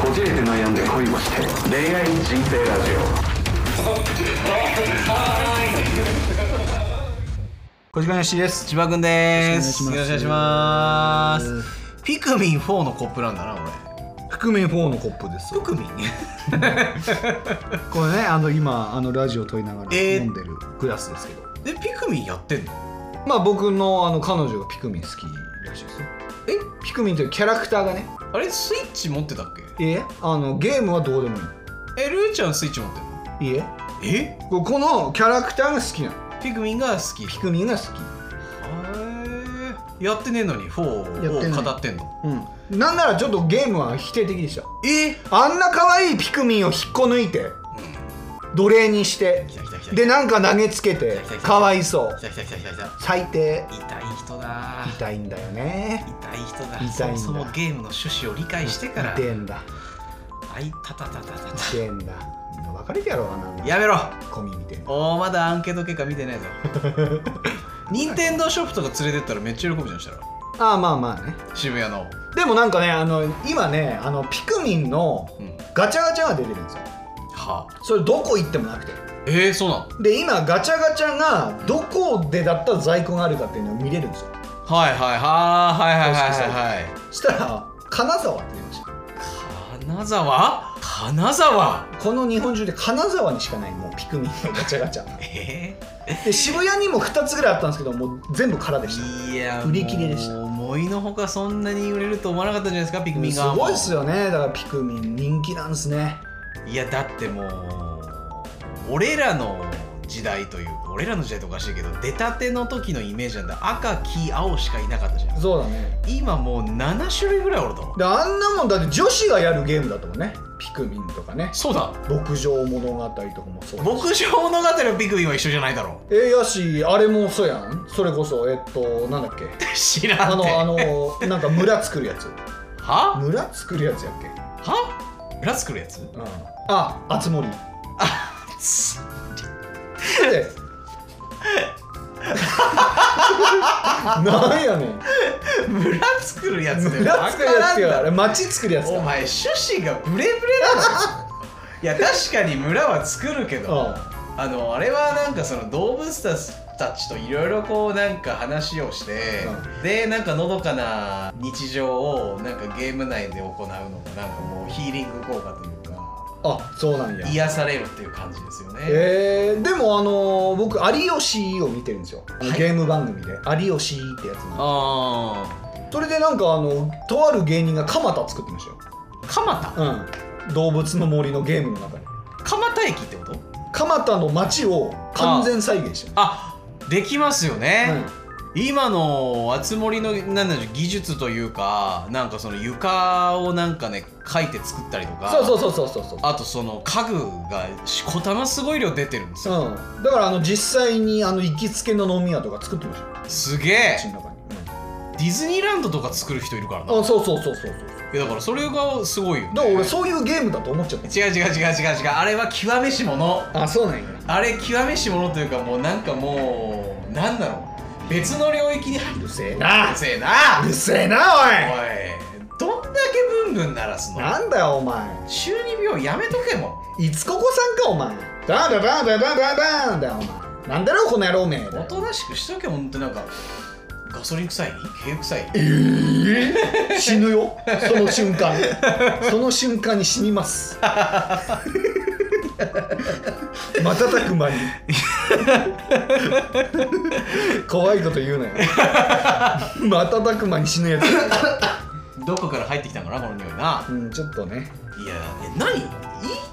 こじれて悩んで恋をして恋愛人生ラジ小島よしです千葉くんですよろしくお願いしまますすピクミン4のコップなんだな俺覆面4のコップですピクミンこれねあの今あのラジオ撮りながらえー飲んでるグラスですけど、でピクミンやってんのまあ僕のあの彼女がピクミン好きらしいですよえピクミンというキャラクターがねあれスイッチ持ってたっいいえあのゲームはどうでもけえルーちゃんスイッチ持っていいいいえんのえここのキャラクターが好きなのピクミンが好きピクミンが好へーやってねえのにやって4なをい語ってんのきうんなんならちょっとゲームは否定的でしたえあんな可愛いピクミンを引っこ抜いて奴隷にして来た来た来たでなんか投げつけてかわいそう来た来た来た来た来た最低痛い人だ痛いんだよね痛い人だ痛いんだそもそもゲームの趣旨を理解してから痛えんだあいたたたたたた痛えんだみんな別れてやろうかなやめろコミ見ておーまだアンケート結果見てない ぞ任天堂ショップとか連れてったらめっちゃ喜ぶじゃんしたらああまあまあね渋谷のでもなんかねあの今ねあのピクミンのうんガチャガチャが出てるんですよはあそれどこ行ってもなくてえー、そうなので今ガチャガチャがどこでだったら在庫があるかっていうのを見れるんですよはいはいはーはいはいはいはいはいそしたら金沢って出ました金沢金沢この日本中で金沢にしかないもうピクミンのガチャガチャえで渋谷にも2つぐらいあったんですけどもう全部空でしたー、いや売り切れでしたもう思いのほかそんなに売れると思わなかったんじゃないですかピクミンすがごいっすよよねだからピクミン人気なんですねいやだってもう俺らの時代という俺らの時代っておかしいけど出たての時のイメージなんだ赤黄青しかいなかったじゃんそうだね今もう7種類ぐらいおるとであんなもんだって女子がやるゲームだともんねピクミンとかねそうだ牧場物語とかもそうだ牧し場物語のピクミンは一緒じゃないだろうえー、やしあれもそうやんそれこそえっとなんだっけ知らあんてのあのなんか村作るやつは村作るやつやっけは裏作るやつうんああつ森 でなんやねん村作るやつで村作るやつよあわかられんだ町作るやつおだ前趣旨がブレブレだろいや確かに村は作るけどうあのあれはなんかその動物たちといろいろこうなんか話をして、でなんかのどかな日常をなんかゲーム内で行うのもなんかもうヒーリング効果というかんあそうなんや癒されるっていう感じですよね、えー、でもあのー僕有吉を見てるんですよ、はいゲーム番組で有吉ってやつなあそれでなんかあのとある芸人が蒲田作ってましたよあ蒲田うん動物の森のゲームの中で蒲田駅ってこと蒲田の街を完全再現してるあできますよね、うん今のあつ森のなんだろう技術というかなんかその床をなんかね描いて作ったりとかそうそうそうそうそうそうあとその家具がしこたますごい量出てるんですよ、うん、だからあの実際にあの行きつけの飲み屋とか作ってましたよすげえ街の中に、ディズニーランドとか作る人いるからなうん、あそうそうそうそうそういやだからそれがすごいよ、ね、だから俺そういうゲームだと思っちゃった違う違う違う違う違うあれは極めし者あそうなんやあれ極めし者というかもうなんかもうなんだろう別の領域に入うるるせえうなるせえなうるせえなおおいどんだけブンブン鳴らすいのなんだよお前中二病やめとけもいつここさんかお前ダンダダンダダンダダンだよお前なんだろこの野郎めおとなしくしとけほんとなんかガソリン臭い軽臭い死ぬよその瞬間その瞬間に死にます瞬く間に怖いこと言うなよ瞬く間に死ぬやつ、どこから入ってきたのかなこの匂いなうん、ちょっとねいやえ何い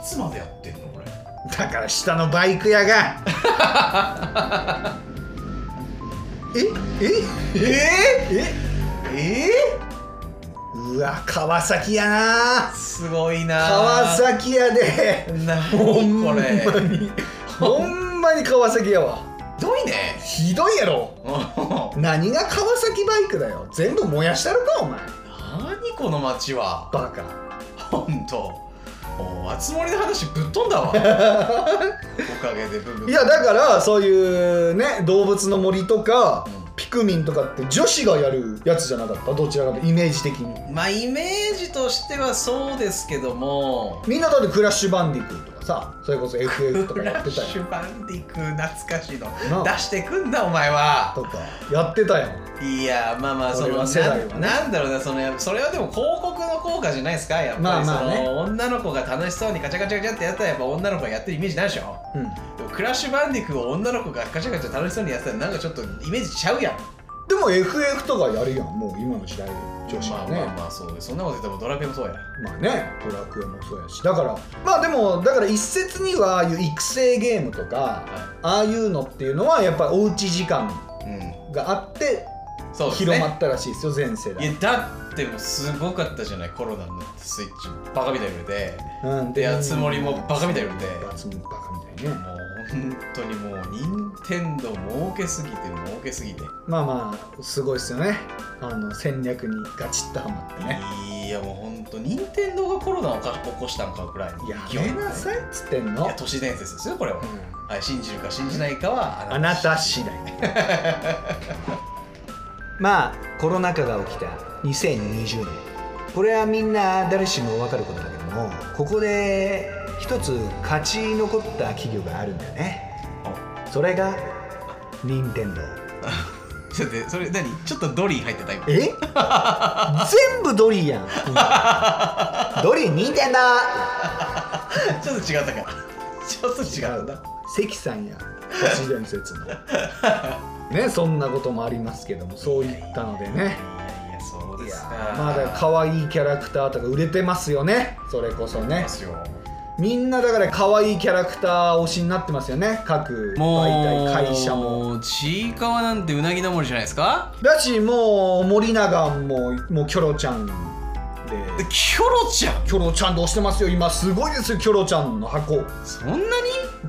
つまでやってんのこれだから下のバイク屋がえええええうわ川崎やなー、すごいな川崎やでなほんにこまれにほんまに川崎やわひどいねひどいやろおう何が川崎バイクだよ全部燃やしたろかお前何この街はバカほんともう熱盛の話ぶっ飛んだわおかげでブンブンいやだからそういうね動物の森とか、うんピクミンとかって女子がやるやつじゃなかったどちらかというとイメージ的にまあイメージとしてはそうですけどもみんなだってクラッシュバンディクーとかさそれこそ FF とクかやラっッてたシやんュバンディク懐かしいのな出してくんなお前はとかやってたやんいやまあまあそ俺のは世代はなねなんだろうなそのやっぱそれはでも広告の効果じゃないですかやっぱり、まあまあねその女の子が楽しそうにガチャガチャガチャってやったらやっぱ女の子がやってるイメージないでしょうんでもクラッシュバンディクーを女の子がガチャガチャ楽しそうにやってたらなんかちょっとイメージちゃうやんでも FF とかやるやんもう今の時代女子まはあね、まあまあそうそんなこと言ってもドラクエもそうやまあね、ドラクエもそうやしだからまあでもだから一説にはああいう育成ゲームとかああいうのっていうのはやっぱりおうち時間うんがあってそうですね広まったらしいですよ全世い代やだってもうすごかったじゃないコロナになってスイッチバカみたいに売れてうんで熱盛もバカみたいに売れてバツもバカみたいねもう本当にもう任天堂儲けすぎて儲けすぎてまあまあすごいですよねあの戦略にガチッとはまってねいやもう本当任天堂がコロナを起こしたんかぐらいのやいめなさいっつってんいのや都市伝説ですよこれは、うんはい、信じるか信じないかはあなた次第 まあコロナ禍が起きた2020年これはみんな誰しも分かることだけどもここで一つ勝ち残った企業があるんだよねそれが任天堂ちょっと待ってそれ何ちょっとドリー入ってた今え全部ドリーやん ドリー任天堂ちょっと違ったかちょっと違ったな関さんや都市伝説のねそんなこともありますけどもそういったのでねいやいやそうですかまあだから可愛いキャラクターとか売れてますよねそれこそねますよみんなだから可愛いキャラクター推しになってますよね各媒体会社もうちいかわなんてうなぎの森じゃないですかだしもう森永ももうキョロちゃんででキョロちゃんキョロちゃんと推してますよ今すごいですよキョロちゃんの箱そんなに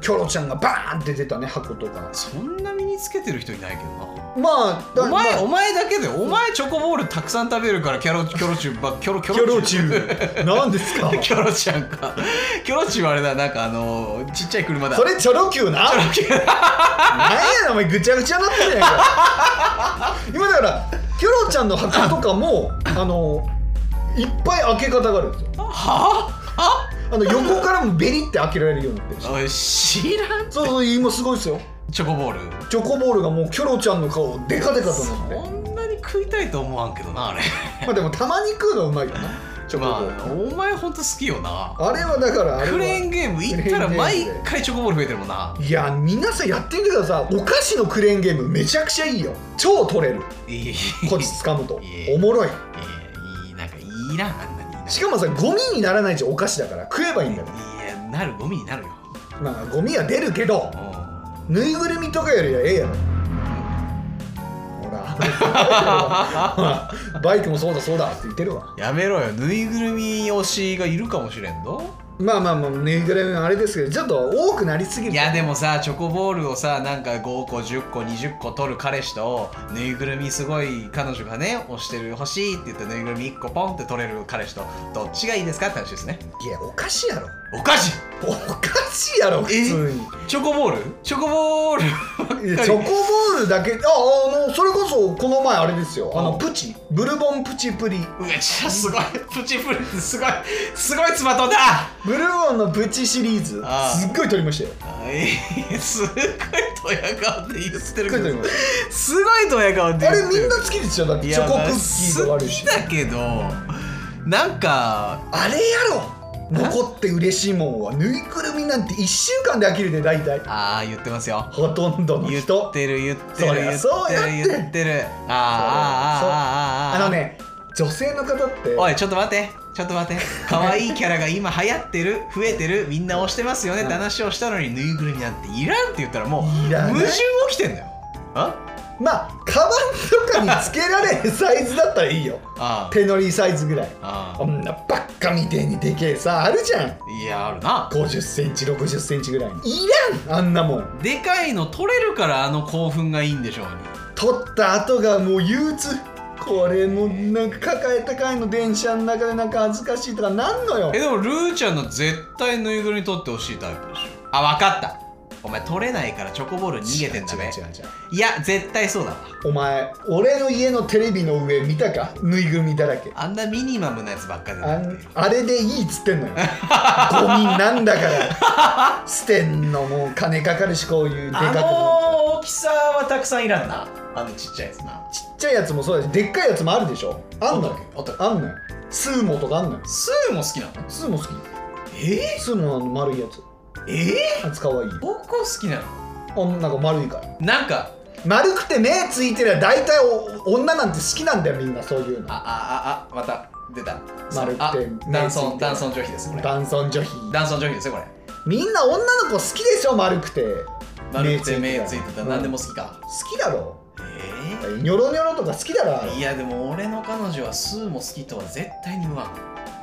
キョロちゃんがバーンって出たね箱とかそんな身につけてる人いないけどなまあだお前、まあお前だけでお前チョコボールたくさん食べるからキャロキョロチューばキョロキキョロチちュゅーう何ですか キョロちゃんかキョロチューはあれだなんかあのちっちゃい車だそれチョロ Q なチョロ何やねんお前ぐちゃぐちゃになってるじゃないか今だからキョロちゃんの箱と かもあのいっぱい開け方があるんですよはあの横からもベリって開けられるようになってるしあおい知らんそうそう今すごいですよチョコボールチョコボールがもうキョロちゃんの顔をデカデカとそなってんなに食いたいと思わんけどなあれまあでもたまに食うのはうまいよなチョコボール、まあお前ほんと好きよなあ、れはだからあれはクレーンゲーム行ったら毎回チョコボール増えてるもんないや皆さんやってみてくださいお菓子のクレーンゲームめちゃくちゃいいよ超取れるいいいいいこっち掴むといいおもろいいいいなんかいらんあんなにいらんしかもさゴミにならないじゃんお菓子だから食えばいいんだかいやなるゴミになるよらまあゴミは出るけどうんぬいぐるみとかよりはええやろほらほら バイクもそうだそうだって言ってるわやめろよぬいぐるみ推しがいるかもしれんどまあまあまあぬいぐるみはあれですけどちょっと多くなりすぎるいやでもさチョコボールをさなんか5個10個20個取る彼氏とぬいぐるみすごい彼女がね推してる欲しいって言ってぬいぐるみ1個ポンって取れる彼氏とどっちがいいですかって話ですねいやおかしいやろお菓子おかしいやろ普通にチョコボールチョコボールいやチョコボールだけああのそれこそこの前あれですよあうんのプチブルボンプチプリめっちゃすごいプチプリすごいすごいつまとんだブルボンのプチシリーズすっあーごい撮りましたよはいすごいドヤ顔で言ってるすっごい撮けりまどしすごいドヤ顔でた言あってれるみんな好きですよだっていチやョコクッキーが悪いしまあ好きだけどなんかあれやろ残って嬉しいもんはぬいぐるみなんて1週間で飽きるで大体ああ言ってますよほとんどの言っ人てる言ってるそり言ゃっそうてやっるて言ってるあーあーあーあーあーああーのね女性の方っておいちょっと待ってちょっと待って可愛いキャラが今流行ってる増えてるみんな推してますよねって話をしたのにぬいぐるみなんていらんって言ったらもういらない矛盾起きてんだよあまあカバンとかにつけられるサイズだったらいいよあー手乗りサイズぐらいあこんなばっかみてえにでけえさあるじゃんーいやあるな5 0ンチ6 0ンチぐらいにいらんあんなもんでかいの取れるからあの興奮がいいんでしょうに取った後がもう憂鬱これもなんか抱えたかいの電車の中でなんか恥ずかしいとかなんのよえでもルーちゃんの絶対ぬいぐるみ取ってほしいタイプでしょあ分かったお前取れないからチョコボール逃げてんだべ違う違う違ういや絶対そうだわお前俺の家のテレビの上見たかぬいぐるみだらけあんなミニマムなやつばっかじゃあなくんてあれでいいっつって んのよゴミなんだから捨てんのもう金かかるしこういうでかあくのの大きさはたくさんいらんなあのちっちゃいやつなちっちゃいやつもそうだしでっかいやつもあるでしょあんのよおとおとあんのよスーモとかあんのよスーも好きなのスーモ好きえスーモのあの丸いやつー、えあいつかわいいー、僕好きなのあんなんか丸いからなんか丸くて目ついてりゃ大体お女なんて好きなんだよみんなそういうのああああまた出た丸くてあ男目ついて尊る男尊女卑ですこれ男尊女卑男尊女卑ですよこれみんな女の子好きでしょ丸くて丸くて目ついてたら何でも好好きか、きだろえーニョロニョロとか好きだろあれいやでも俺の彼女はスーも好きとは絶対に言わん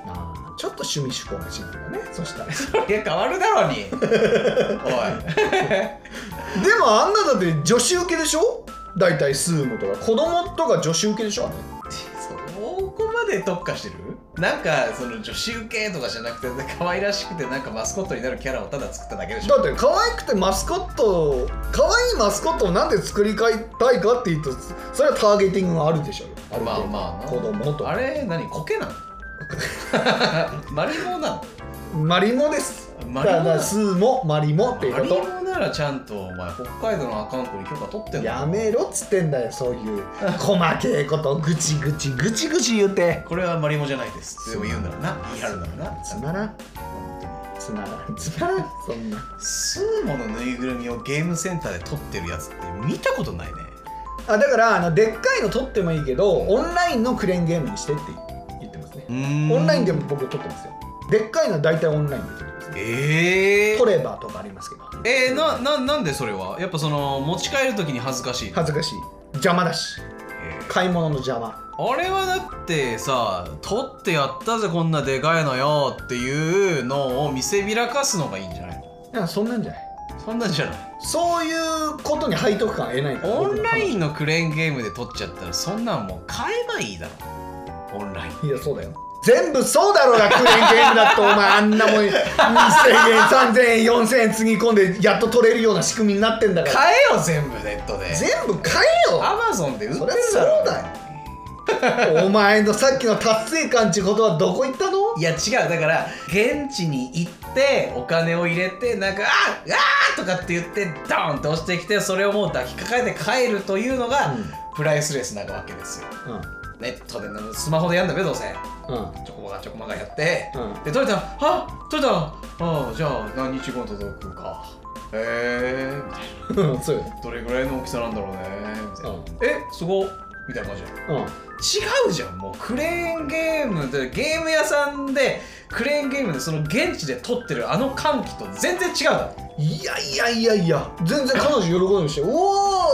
なあちょっと趣味趣向が違うんだねそしたら いや変わるだろうにおでもあんなだって女子受けでしょ大体スーモとか子供とか女子受けでしょあれいそこまで特化してるなんかその女子受けとかじゃなくて可愛らしくてなんかマスコットになるキャラをただ作っただけでしだょって可愛くてマスコットを可愛いマスコットをなんで作り変えたいかっていうとそれはターゲティングがあるでしょあるま程あ度まあな子供とあかれ何コケなの マリモなマリモですのマだリかモならだからのスーモマリモっていうマリことモならちゃんとお前北海道のアカウントに許可取ってんのやめろっつってんだよそういう細けえことぐちぐちぐちぐち言うてこれはマリモじゃないですでも言うんだろうな言い張るんだろうなつまらんつまらんつまらんそんなスーモのぬいぐるみをゲームセンターで撮ってるやつって見たことないねあだからあのでっかいの撮ってもいいけどオンラインのクレーンゲームにしてって言ってますねオオンラインでも僕撮ってますよでっかいのは大体オンラインで撮ってますねええトレバーとかありますけどえー、なななんでそれはやっぱその持ち帰る時に恥ずかしい、恥ずかしい邪魔だしえー買い物の邪魔あれはだってさ取ってやったぜこんなでかいのよっていうのを見せびらかすのがいいんじゃないのいやそんなんじゃないそんなんじゃないそういうことに背徳感得ないからオンラインンのクレーンゲームで取っちゃったらそんなんもう買えばいいだろオンラインいやそうだよ全部そうだろうがクレーンゲームだとお前あんなもん2000円3000円4000円つぎ込んでやっと取れるような仕組みになってんだから買えよ全部ネットで全部買えよアマゾンで売ってるだろそりゃそうだよお前のさっきの達成感ちゅうことはどこ行ったのいや違うだから現地に行ってお金を入れてなんか「あーあー!」とかって言ってドーンと押してきてそれをもう抱きかかえて帰るというのが、うんプライスレスなわけですようネットでスマホでやんだべどうせんうんちょこまかちょこまかやって、うんで取れたら「あ取れたああじゃあ何日後に届くか」へえみたいうんそうよなどれぐらいの大きさなんだろうねみたいなうん「えすごっ」みたいな感じでう違うじゃんもうクレーンゲームでゲーム屋さんでクレーンゲームでその現地で撮ってるあの歓喜と全然違うだろんいやいやいやいや全然彼女喜んでるしおお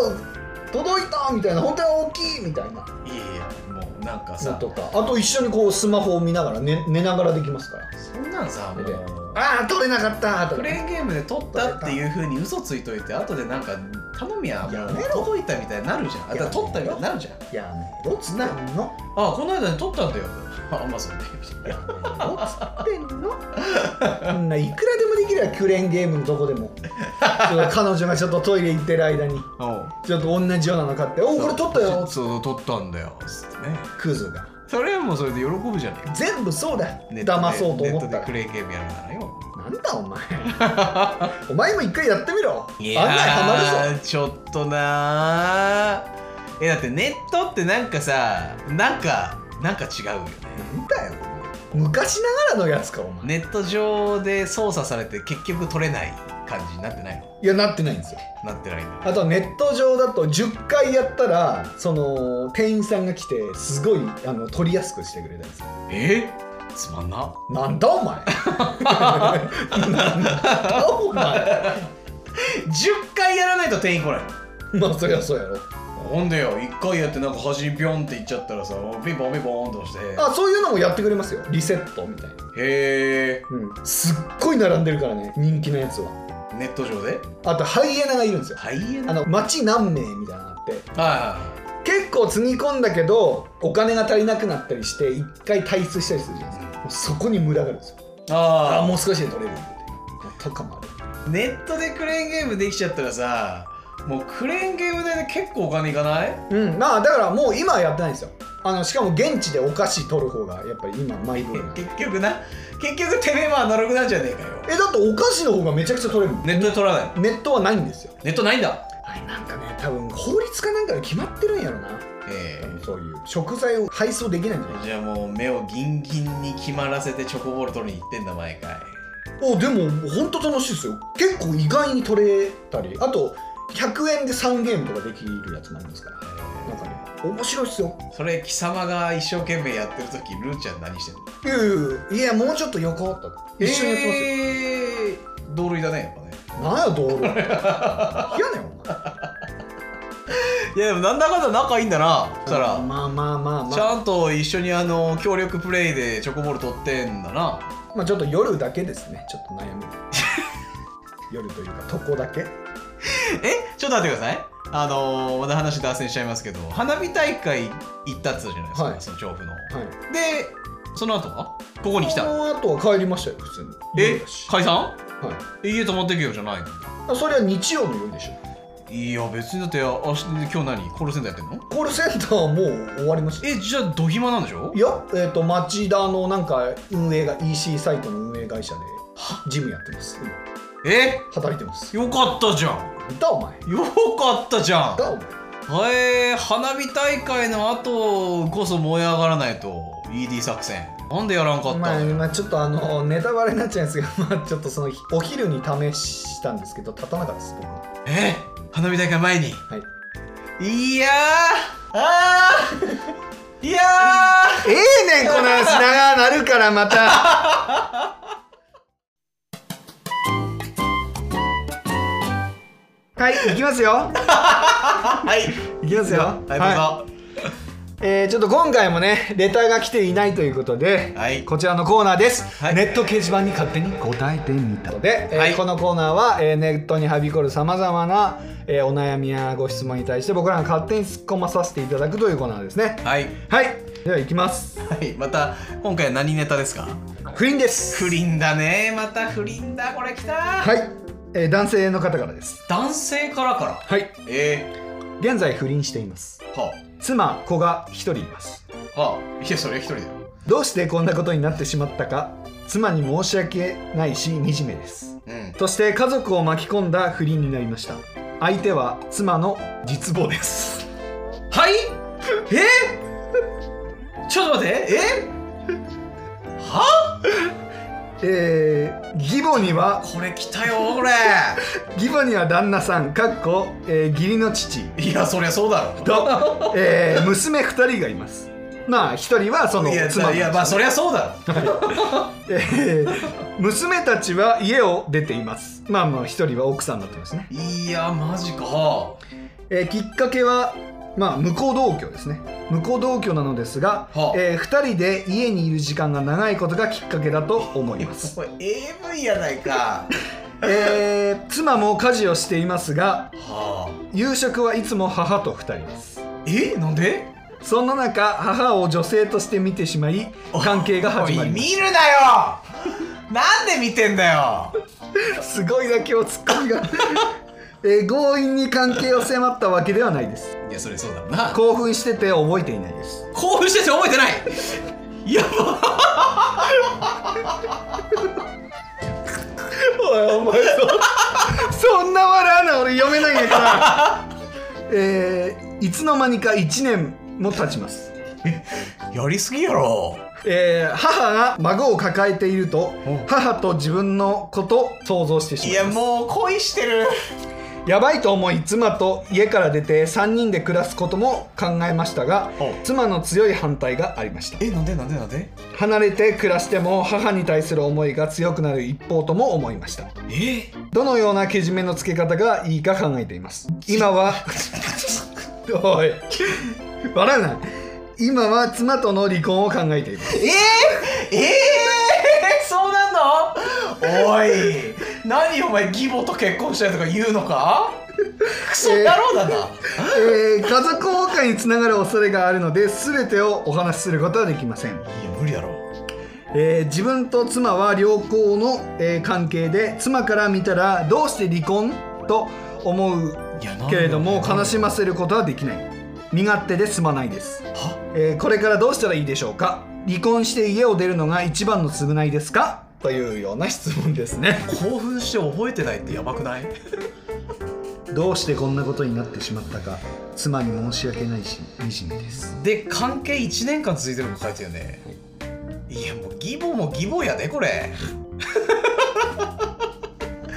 届いたみたいな本当に大きいみたいないやいやもうなんかのさとかあと一緒にこうスマホを見ながら寝寝ながらできますからそんなんさもでうああ取れなかったとクかレーンゲームで撮ったっていうふうに嘘ついといて後でなんか頼みややもうめろ届いたみたいになるじゃんあだから撮ったみたいになるじゃんやめろっつってんのあこの間に撮ったんだよアマゾンでみたいなやめろっつってんのそんないくらでもできるよクレーンゲームのどこでもちょっと彼女がちょっとトイレ行ってる間にちょっと同じようなの買って「おおこれ取ったよそう撮ったんだよつってね」クズがそれはもうそれで喜ぶじゃねえか全部そうだネットで騙そうと思ったネットらでクレーンゲームやるならよなんだ お前お前も一回やってみろあんいなやんハマるぞーちょっとなーえだってネットってなんかさなんかなんか違うよねなんだよお前昔ながらのやつかお前ネット上で操作されて結局取れない感じになってないのいやなってないんですよなってないんだあとはネット上だと10回やったらその店員さんが来てすごいあの取りやすくしてくれたんですよえつまんななんだお前なんだお前10回やらないと店員来ないまあそりゃそうやろほんでよ1回やってなんか端にビョンっていっちゃったらさピンポンピンポンと押してあそういうのもやってくれますよリセットみたいな、へえうん、すっごい並んでるからね人気のやつはネット上であとハイエナがいるんですよハイエあナの街何名みたいなのがあってはいはい結構つぎ込んだけどお金が足りなくなったりして一回退出したりするじゃないですかもうそこに無駄があるんですよあああもう少しで取れるってとかもあるネットでクレーンゲームできちゃったらさもうクレーンゲーム代で結構お金いかないうんまあだからもう今はやってないんですよあのしかも現地でお菓子取る方がやっぱり今マイブーム結局な結局てめえもアナログなんじゃねえかよえだってお菓子の方がめちゃくちゃ取れるもんネットで取らないネットはないんですよネットないんだあれなんかね多分法律かなんかで決まってるんやろなええそういう食材を配送できないんじゃないじゃあもう目をギンギンに決まらせてチョコボール取りに行ってんだ毎回おでも本当楽しいですよ結構意外に取れたりあと100円で3ゲームとかできるやつもありますからなんかね面白いっすよそれ貴様が一生懸命やってる時ルーちゃん何してんのいやいやいやいやもうちょっと横とか一緒にやってますよ、えー、同類だねやっぱねなんや 道路嫌ねんお前いやでもなんだかんだ仲いいんだなそしたら、まあまあまあまちあゃんと一緒にあの協力プレイでチョコボール取ってんだなまあちょっと夜だけですねちょっと悩み夜というか床だけえちょっと待ってくださいあのーまだ話脱線しちゃいますけど花火大会行ったっつうじゃないですか、はいその調布の、はいでその後はここに来そたの後は帰りましたよ普通にえ夜だし解散はい家泊まってけよじゃないのあそれは日曜の夜でしょいや別にだって明日今日何コールセンターやってんのコールセンターはもう終わりましたえじゃあド暇なんでしょいや、えっと町田のなんか運営が EC サイトの運営会社でジムやってます今え働いてますよかったじゃんいたお前いよかったじゃんたお前えー、花火大会の後こそ燃え上がらないと ED 作戦なんでやらんかったんまあだよ今ちょっとあのネタバレになっちゃうんですけど、まあ、ちょっとその日お昼に試したんですけど立たなかったです僕はえ花火大会前にはいいやーあーいやええねんこの話長なるからま たはい行きますよーはい行きますよはいどうぞえーちょっと今回もねレターが来ていないということで、はいこちらのコーナーです、はいネット掲示板に勝手に答えてみたので、えーはいこのコーナーは、えーネットにはびこるさまざまな、えーお悩みやご質問に対して僕らが勝手に突っ込まさせていただくというコーナーですねはいはいでは行きますはいまた今回何ネタですか不倫です不倫だねまた不倫だこれきたーはい、えー男性の方からです男性からからはいえ現在不倫していますー、は妻子が一人いますあはあいやそれは一人だよどうしてこんなことになってしまったか妻に申し訳ないし惨めですうんそして家族を巻き込んだ不倫になりました相手は妻の実母ですはい えー、ちょっと待ってえはえー、義母にはこれ来たよこれ義母には旦那さんかっこ、えー義理の父いやそりゃそうだろ と、えー娘2人がいますまあ1人はそのいや妻いやまあそりゃそうだろえー娘たちは家を出ていますまあまあ1人は奥さんになってますね、いやマジかはえーきっかけはまあ婿同居ですね婿同居なのですが、はあえ2人で家にいる時間が長いことがきっかけだと思あい ますこれ AV やないかえー妻も家事をしていますがはあ夕食はいつも母と2人ですえなんでそんな中母を女性として見てしまい関係が始おまりいま見しるなよなんで見てんだよたすごいな今日ツッコミ が、えー強引に関係を迫ったわけではないですいやそれそうだろうな興奮してて覚えていないです興奮してて覚えてないやばおいお前そそんな笑うな俺読めないんだからえーいつの間にか1年も経ちますやりすぎやろえー母が孫を抱えているとうん母と自分のこと想像してしいまいやますもう恋してるやばいと思い妻と家から出て3人で暮らすことも考えましたがお妻の強い反対がありましたえなんでなんでなんで離れて暮らしても母に対する思いが強くなる一方とも思いましたえどのようなけじめのつけ方がいいか考えています今はおい笑うな今は妻との離婚を考えていますえええそうなのおい何お前義母と結婚したいとか言うのかクソ野郎だな、えー家族崩壊につながる恐れがあるので全てをお話しすることはできません、いや無理だろえー自分と妻は良好の、えー関係で妻から見たらどうして離婚と思ういやなんけれどもだろう悲しませることはできない身勝手で済まないです、えーこれからどうしたらいいでしょうか離婚して家を出るのが一番の償いですかというような質問ですね 興奮して覚えてないってやばくないどうしてこんなことになってしまったか妻に申し訳ないし惨めですで関係1年間続いてるの書いてるね、い、やもう義母も義母やでこれ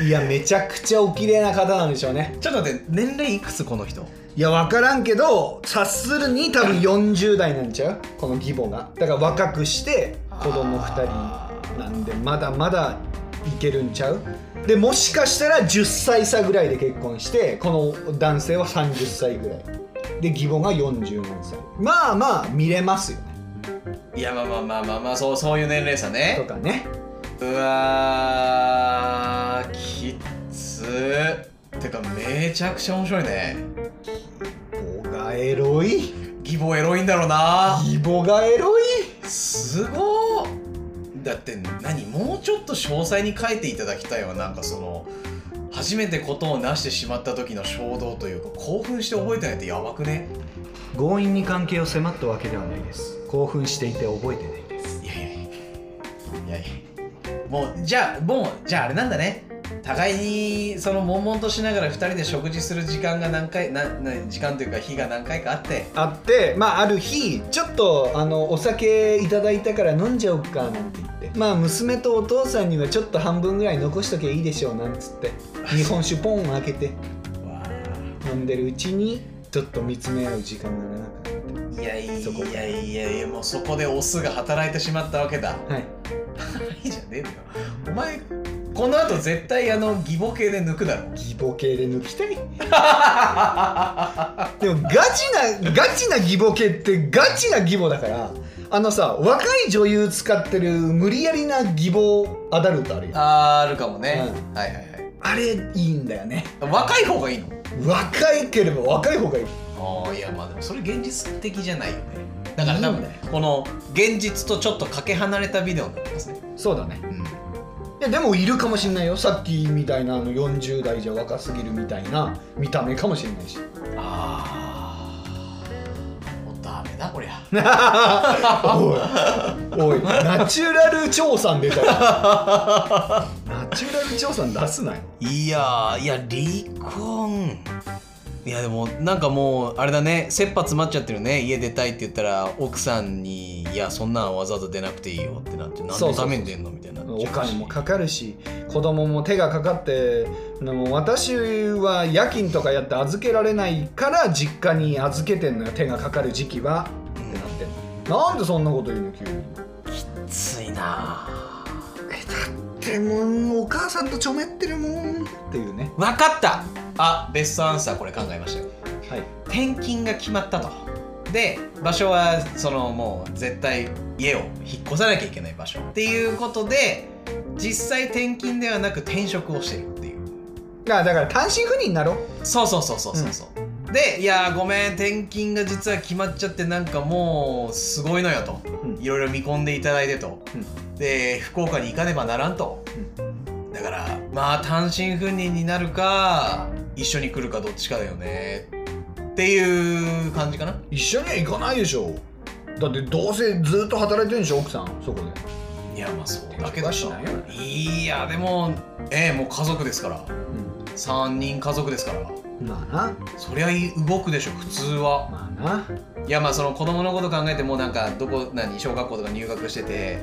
いやめちゃくちゃお綺麗な方なんでしょうねちょっと待って年齢いくつこの人いや分からんけど察するに多分40代なんちゃうこの義母がだから若くして子供2人なんでまだまだいけるんちゃうでもしかしたら10歳差ぐらいで結婚してこの男性は30歳ぐらいで義母が40何歳まあまあ見れますよねいやまあまあまあまあまあそうそういう年齢差とねかねうわーきっつーてかめちゃくちゃ面白いね母がエロい義母エロいんだろうな義母がエロいすごーだって何もうちょっと詳細に書いていただきたいわなんかその初めてことをなしてしまった時の衝動というか興奮して覚えてないってやばくね強引に関係を迫ったわけではないです興奮していて覚えてないですいやいやいやいやいやもうじゃあもうじゃああれなんだね互いにその悶々としながら2人で食事する時間が何回なな時間というか日が何回かあってあってまあある日ちょっとあのお酒いただいたから飲んじゃおっかなんて言ってまあ娘とお父さんにはちょっと半分ぐらい残しとけばいいでしょうなんつって日本酒ポン開けてわ飲んでるうちにちょっと見つめ合う時間が長くなってあいやいそこやいやいやもうそこでオスが働いてしまったわけだはいいいじゃねえよお前この後絶対あの義母系で抜くだろ義母系で抜きたいでもガチなガチな義母系ってガチな義母だからあのさ若い女優使ってる無理やりな義母アダルトあるよあーあるかもね、うはいはいはいあれいいんだよね若い方がいいの若いければ若い方がいいああいやまあでもそれ現実的じゃないよねだから多分いいねこの現実とちょっとかけ離れたビデオになってますねそうだねうんいやでもいるかもしんないよさっきみたいなあの40代じゃ若すぎるみたいな見た目かもしんないしああもうダメだこ りゃおいおいナチュラル調査出た よナチュラル調査出すなよいやーいや離婚いやでもなんかもうあれだね切羽詰まっちゃってるね家出たいって言ったら奥さんに「いやそんなんわざわざ出なくていいよ」ってなって何そうのそうそうために出んのみたいになっちゃうおし金もかかるし子供も手がかかってでも私は夜勤とかやって預けられないから実家に預けてんのよ手がかかる時期はってなってんのなんでそんなこと言うの急にきついなでもお母さんとちょめってるもんっていうね分かったあベストアンサーこれ考えましたよはい転勤が決まったとで場所はそのもう絶対家を引っ越さなきゃいけない場所っていうことで実際転勤ではなく転職をしてるっていうあだから単身赴任になろうそうそうそうそうそうそう、でいやーごめん転勤が実は決まっちゃってなんかもうすごいのよと、うんいろいろ見込んでいただいてと、で福岡に行かねばならんと、だからまあ単身赴任になるか一緒に来るかどっちかだよねっていう感じかな一緒には行かないでしょだってどうせずっと働いてるんでしょ奥さんそこでいやまあそうだけど転職はしないよねいやでもええもう家族ですからう3人家族ですからんまあなそりゃい動くでしょ普通はまあないやまあその子供のこと考えてもうなんかどこ何小学校とか入学してて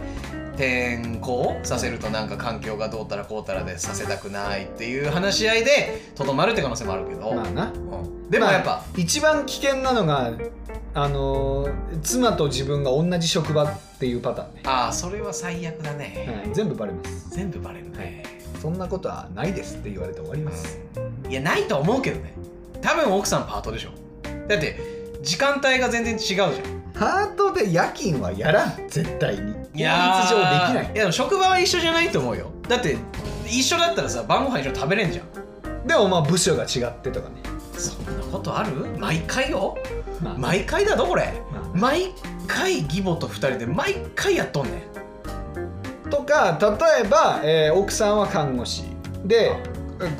転校させるとなんか環境がどうたらこうたらでさせたくないっていう話し合いでとどまるって可能性もあるけど、まあなうんでもやっまぱあ、一番危険なのがあのー妻と自分が同じ職場っていうパターンね、ああそれは最悪だね、はい、全部バレます全部バレるね、そんなことはないですって言われて終わりますうんいやないと思うけどね多分奥さんパートでしょだって時間帯が全然違うじゃんハートで夜勤はやらん絶対に法律上できいやーないいやでも職場は一緒じゃないと思うよだって一緒だったらさ晩ご飯一緒に食べれんじゃんでもまあ部署が違ってとかねそんなことある毎回よまあ毎回だぞこれまあ毎回義母と2人で毎回やっとんねんとか例えば、えー奥さんは看護師で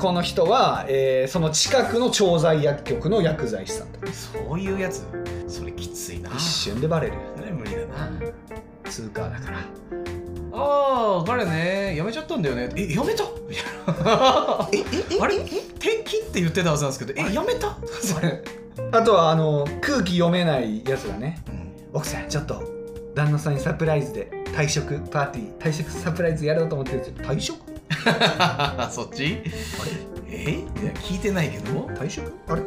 この人は、えーその近くの調剤薬局の薬剤師さんとそういうやつそれきついな一そ瞬でバレるれ無理だな通貨だから ああ彼ね辞めちゃったんだよねえ辞めたみたいなあれ転勤って言ってたはずなんですけどえ辞めたそれ、あとはあの空気読めないやつがねうん奥さんちょっと旦那さんにサプライズで退職パーティー退職サプライズやろうと思ってるんですよ退職 そっちえいや聞いてないけど退職あれ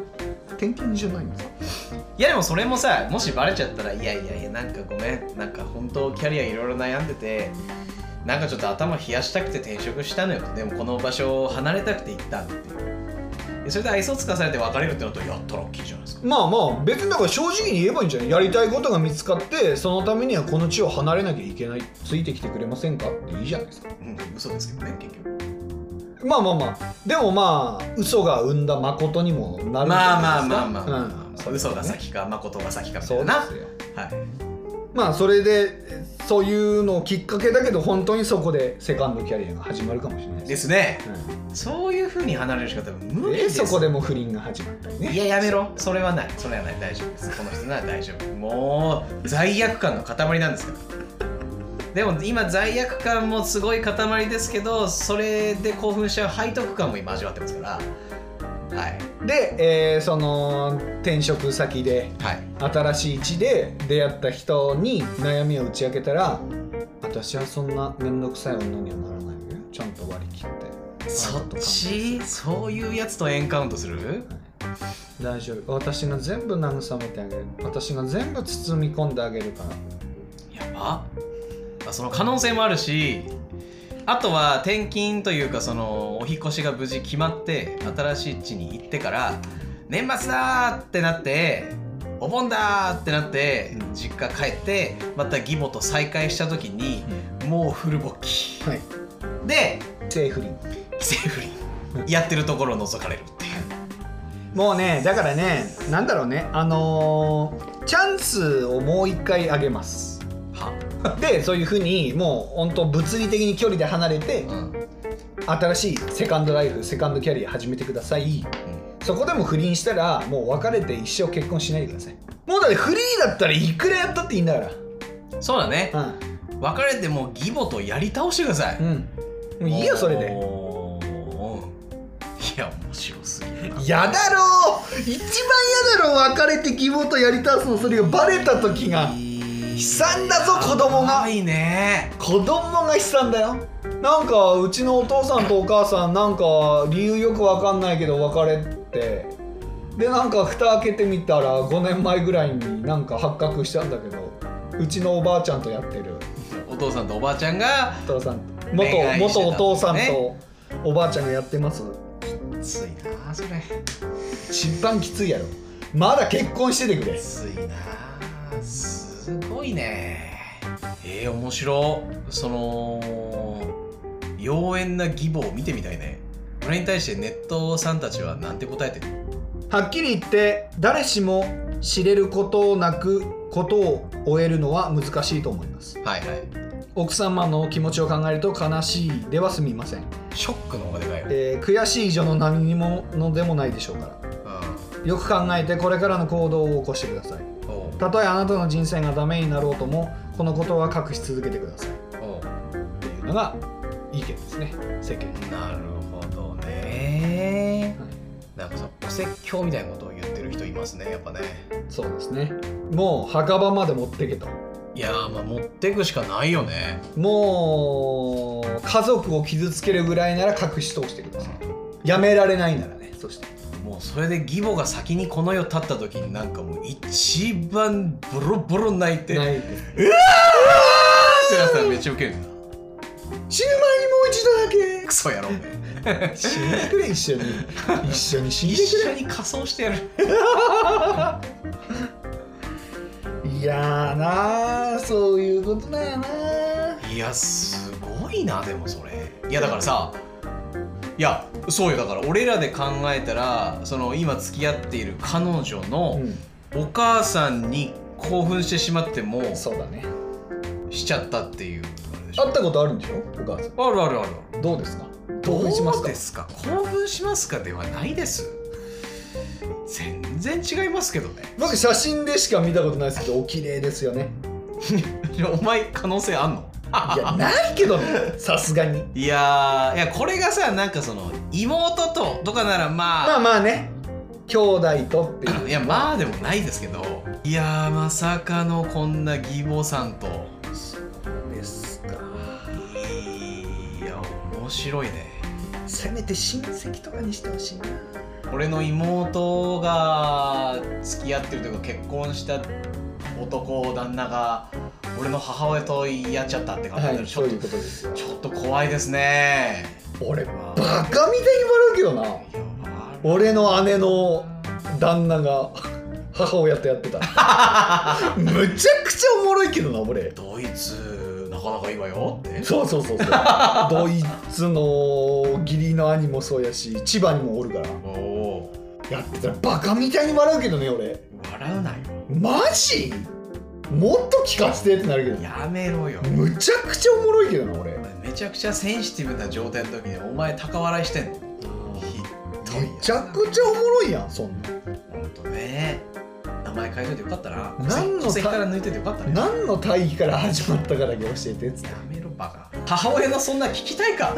転勤じゃないんですかいやでもそれもさもしバレちゃったらいやいやいやなんかごめんなんか本当キャリアいろいろ悩んでてなんかちょっと頭冷やしたくて転職したのよでもこの場所を離れたくて行ったんだっていうでそれで愛想つかされて別れるってなるとやったら大きいじゃないですかまあまあ別にだから正直に言えばいいんじゃないやりたいことが見つかってそのためにはこの地を離れなきゃいけないついてきてくれませんかっていいじゃないですかうん嘘ですけどね結局まあまあまあでもまあ嘘が生んだ誠にもなるんじまあゃまあなまあいですかまあまあ、うん嘘が先か誠が先かみたいそうなでなすよはいまあそれでそういうのをきっかけだけど本当にそこでセカンドキャリアが始まるかもしれない、ですすねうそういうふうに離れるしか多分無ん理でですそこでもう不倫が始まったりねいややめろそれはないそれはない大丈夫ですこの人なら大丈夫もう罪悪感の塊なんですからでも今罪悪感もすごい塊ですけどそれで興奮しちゃう背徳感も今味わってますからはいで、えーその転職先ではい新しい地で出会った人に悩みを打ち明けたら私はそんな面倒くさい女にはならないよちゃんと割り切ってそあっなたと関係ちそういうやつとエンカウントする大丈夫私が全部慰めてあげる私が全部包み込んであげるからやばまあその可能性もあるしあとは転勤というかそのお引越しが無事決まって新しい地に行ってから年末だーってなってお盆だーってなって実家帰ってまた義母と再会した時にもうフル勃起はいでセーフリン帰省不倫やってるところを覗かれるっていうもうねだからねなんだろうねあのーチャンスをもう一回あげますは、でそういうふうにもう本当物理的に距離で離れてうんうん新しいセカンドライフセカンドキャリア始めてくださいそこでも不倫したらもう別れて一生結婚しないでくださいもうだってフリーだったらいくらやったっていいんだかそうだねら別れてもう義母とやり倒してくださいうん、うん、もういいよそれでおーいや面白すぎるなやだろう一番やだろう別れて希望とやりたすのそれがバレた時が悲惨だぞ子供がいいね子供が悲惨だよなんかうちのお父さんとお母さんなんか理由よくわかんないけど別れてでなんか蓋開けてみたら5年前ぐらいになんか発覚したんだけどうちのおばあちゃんとやってるお父さんとおばあちゃんがお父さん元恋愛してたんだね元お父さんとおばあちゃんがやってますきついなそれ一番きついやろまだ結婚しててくれきついなすごいねえー、面白その妖艶な義母を見てみたいねこれに対してネットさんたちはなんて答えてるはっきり言って誰しも知れることなくことを終えるのは難しいと思いますはいはい奥様の気持ちを考えると悲しいでは済みません、ショックの方がでかいよ、えー悔しい以上の何者でもないでしょうからよく考えてこれからの行動を起こしてくださういん、おうたとえあなたの人生がダメになろうともこのことは隠し続けてくださいおうっていうのが意見ですね世間なるほどねはないんかさお説教みたいなことを言ってる人いますねやっぱねそうですねもう墓場まで持ってけといやーまあ持ってくしかないよねもう家族を傷つけるぐらいなら隠し通してくださいやめられないならねそしてもうそれで義母が先にこの世立った時になんかもう一番ボロボロ泣いてないってなったらめっちゃウケるな死ぬ前にもう一度だけクソやろうね死んでくれ一緒に一緒に死んで 一く緒に仮装してやるれいやーなーそういうことだよないやすごいなでもそれいやだからさいやそうよだから俺らで考えたらその今付き合っている彼女のお母さんに興奮してしまってもそうだねしちゃったっていうあれで会ったことあるんでしょお母さあるあるあるんどうですかど興奮しますうかですか興奮しますかではないです全然違いますけどね 僕写真でしか見たことないですけどお綺麗ですよねお前可能性あんのいやないけどねさすがにいやーいやこれがさなんかその妹ととかならまあまあまあね兄弟とっていういやまあでもないですけどいやーまさかのこんな義母さんとですいかや面白いねせめて親戚とかにしてほしいな俺の妹が付き合ってるというか結婚した男旦那が俺の母親とやっちゃったって考えたはらいちょそうっいうとことですよちょっと怖いですね俺バまあカみたいに笑うけどないやま俺の姉の旦那が 母親とや ってたむちゃくちゃおもろいけどな俺あドイツなかなかいいわよってそうそう そうそうドイツの義理の兄もそうやし千葉にもおるからおおーやってたらバカみたいに笑うけどね俺笑うなよマジもっと聞かせてってなるけどやめろよむちゃくちゃおもろいけどな俺めめちゃくちゃセンシティブな状態の時にお前高笑いしてんのひどいやつちゃだくちゃおもろいやんそんなほんとね名前変えといてよかったな何の戸籍から抜いててよかったね何の大義から始まったかだけ教えてっつってやめろバカ母親のそんな聞きたいか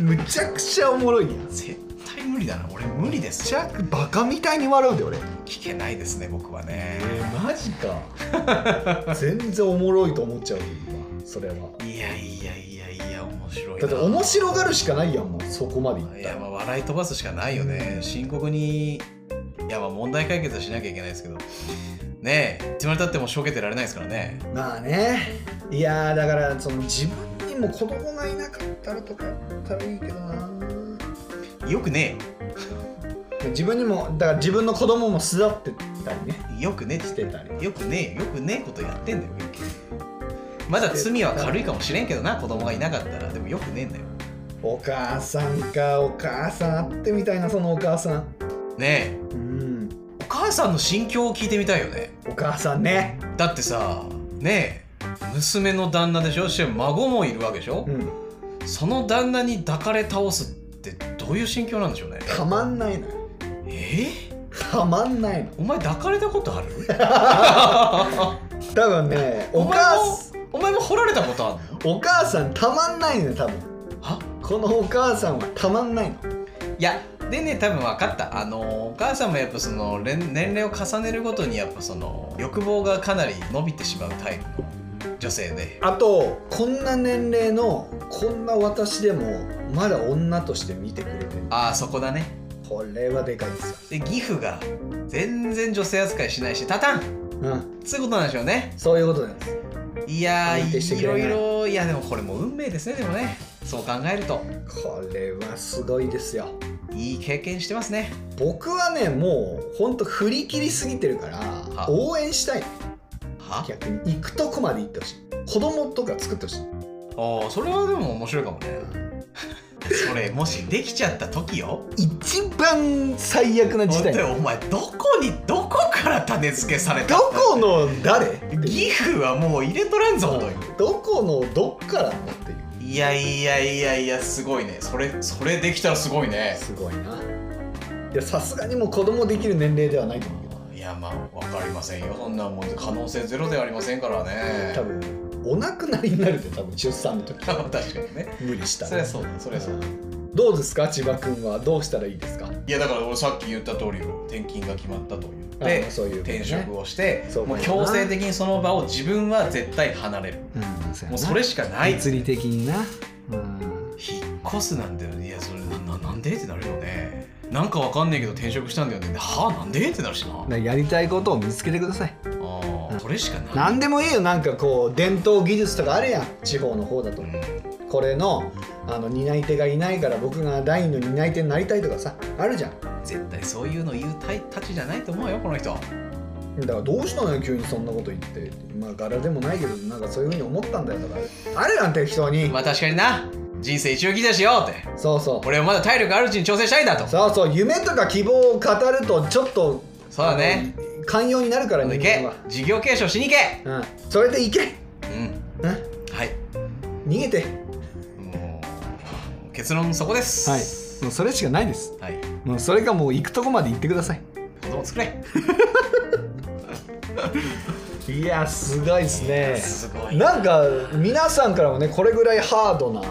むちゃくちゃおもろいやん絶対無理だな俺無理ですちゃくバカみたいに笑うで俺聞けないですね僕はねマジか全然おもろいと思っちゃうわそれはいやいやいやいや面白いだなって面白がるしかないやんもうそこまでいいったやまらあ笑い飛ばすしかないよね深刻にいやまあ問題解決はしなきゃいけないですけどねえいつまでたってもしょげてられないですからねまあねいやーだからその自分にも子供がいなかったらとかやったらいいけどなよくね自分にもだから自分の子供も巣立ってたりねえよよくねえってしてたりよくねえよくねえことやってんだよ結局まだ罪は軽いかもしれんけどな子供がいなかったらでもよくねえんだよお母さんかお母さん会ってみたいなそのお母さんねえうんお母さんの心境を聞いてみたいよねお母さんねだってさねえ娘の旦那でしょそして孫もいるわけでしょ、うんその旦那に抱かれ倒すってどういう心境なんでしょうねたまんないなえたまんないのお前抱かれたことある多分ねおお前母もさお前も掘られたことあるのんお母さんたまんないね多分はこのお母さんはたまんないのいやでね多分分かったあのお母さんもやっぱそのれん年齢を重ねるごとにやっぱその欲望がかなり伸びてしまうタイプの女性であとこんな年齢のこんな私でもまだ女として見てくれてるああそこだねこれはでかいですよで義父が全然女性扱いしないしタタンうんそういうことなんでしょうねそういうことなんですいや安定してーいくれなろいいろいやでもこれも運命ですねでもねそう考えるとこれはすごいですよいい経験してますね僕はねもうほんと振り切りすぎてるから応援したいは逆に行くとこまで行ってほしい子供とか作ってほしいああそれはでも面白いかもね それもしできちゃった時よ一番最悪な事本態当にお前どこにどこから種付けされたどこの誰ギフはもう入れとらんぞというどこのどっからのっていういやいやいやいやすごいねそれそれできたらすごいねすごいないやさすがにもう子供できる年齢ではないと思うけどいやまあ分かりませんよそんなもん可能性ゼロではありませんからね多分お亡くなりになるで多分出産の時 確かにね無理したそりらゃそうだそりゃそうだどうですか千葉君はどうしたらいいですかいやだから俺さっき言った通りよ転勤が決まったというあでそういうことね転職をしてそうもかう強制的にその場を自分は絶対離れるうんもうそれしかない物理的にな、うん、引っ越すなんていやそれなななんでってなるよねなんかわかんないけど転職したんだよねではあなんでってなるしなだからやりたいことを見つけてくださいあーそれしかない何でもいいよなんかこう伝統技術とかあるやん地方の方だとうんこれのあの担い手がいないから僕が第二の担い手になりたいとかさあるじゃん絶対そういうの言うたいたちじゃないと思うよこの人だからどうしたのよ急にそんなこと言ってまあ柄でもないけどなんかそういうふうに思ったんだよだからあるやん適当にまあ確かにな人生一応きだしよってそうそう俺はまだ体力あるうちに挑戦したいんだとそそうそう夢とか希望を語るとちょっとうだねあの寛容になるから行人け間は事業継承しに行けうんそれでいけうんうんはい逃げてもう結論そこですはいもうそれしかないですはいもうそれがもう行くとこまで行ってください子供作れいやすごいですねすごいなんか皆さんからもねこれぐらいハードな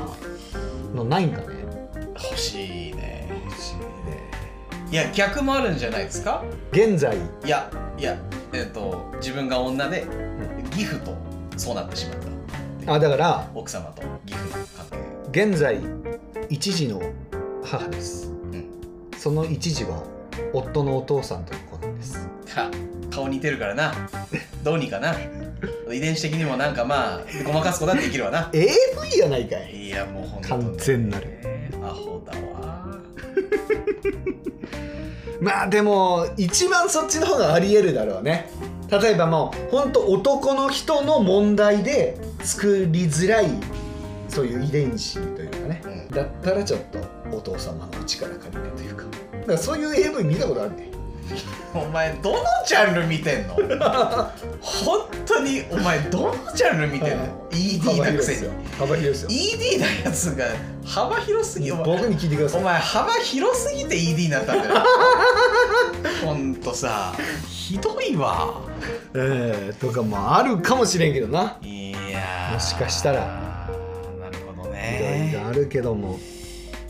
のないんかね欲しいねいや逆もあるんじゃないですか現在いやいやえっ、と自分が女でギフとそうなってしまったあだから奥様とギフの関係現在一児の母ですうんその一児は夫のお父さんという子なんですは顔似てるから などうにかな遺伝子的にもなんかまあごまかすことだってできるわな AV やないかいいやもうほんと完全なるアホだわまあでも一番そっちの方がありえるだろうね例えばもうほんと男の人の問題で作りづらいそういう遺伝子というかね、うんだったらちょっとお父様のお力借りてというかだからそういう AV 見たことあるねお前どのジャンル見てん の本当にお前どのジャンル見てん の ED 幅な広いくですせよに幅広いですよ ED なやつが幅広すぎお前僕に聞いてくださおい前幅広すぎて ED になったんだよ ほんとさひどいわえー、とかもあるかもしれんけどないやーもしかしたなるほどいろいろねあるけども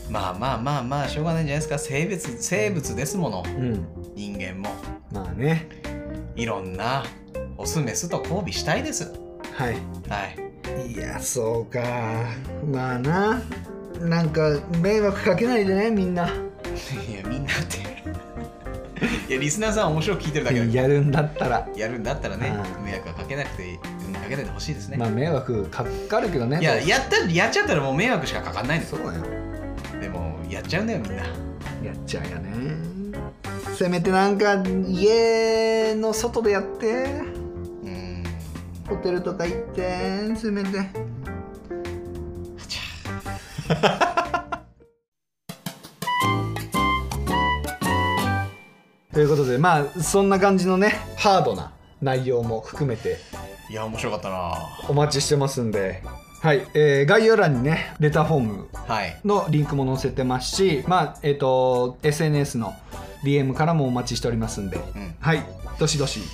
まあまあまあまあしょうがないんじゃないですか生物生物ですものうん人間もまあねいろんなオスメスと交尾したいですはいはいいやそうかまあななんか迷惑かけないでねみんないやみんなっていやリスナーさん面白く聞いてるだけだけどやるんだったらやるんだったらねうん迷惑はかけなくてかけないでほしいですね、まあ迷惑かかるけどねいややったやっちゃったらもう迷惑しかかかんないのそうだよでもやっちゃうんだよみんなやっちゃうよねせめてなんか家の外でやってうんホテルとか行ってせめてということでまあそんな感じのねハードな内容も含めていや面白かったなお待ちしてますんで、はいえー概要欄にねレターフォームはいのリンクも載せてますし、まあえっと SNS の DM からもお待ちしておりますんで、んはいどしどしよ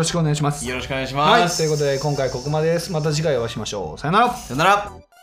ろしくお願いします。よろしくお願いしはまい、すということで今回ここまでです。また次回お会いしましょう。さよならさよなら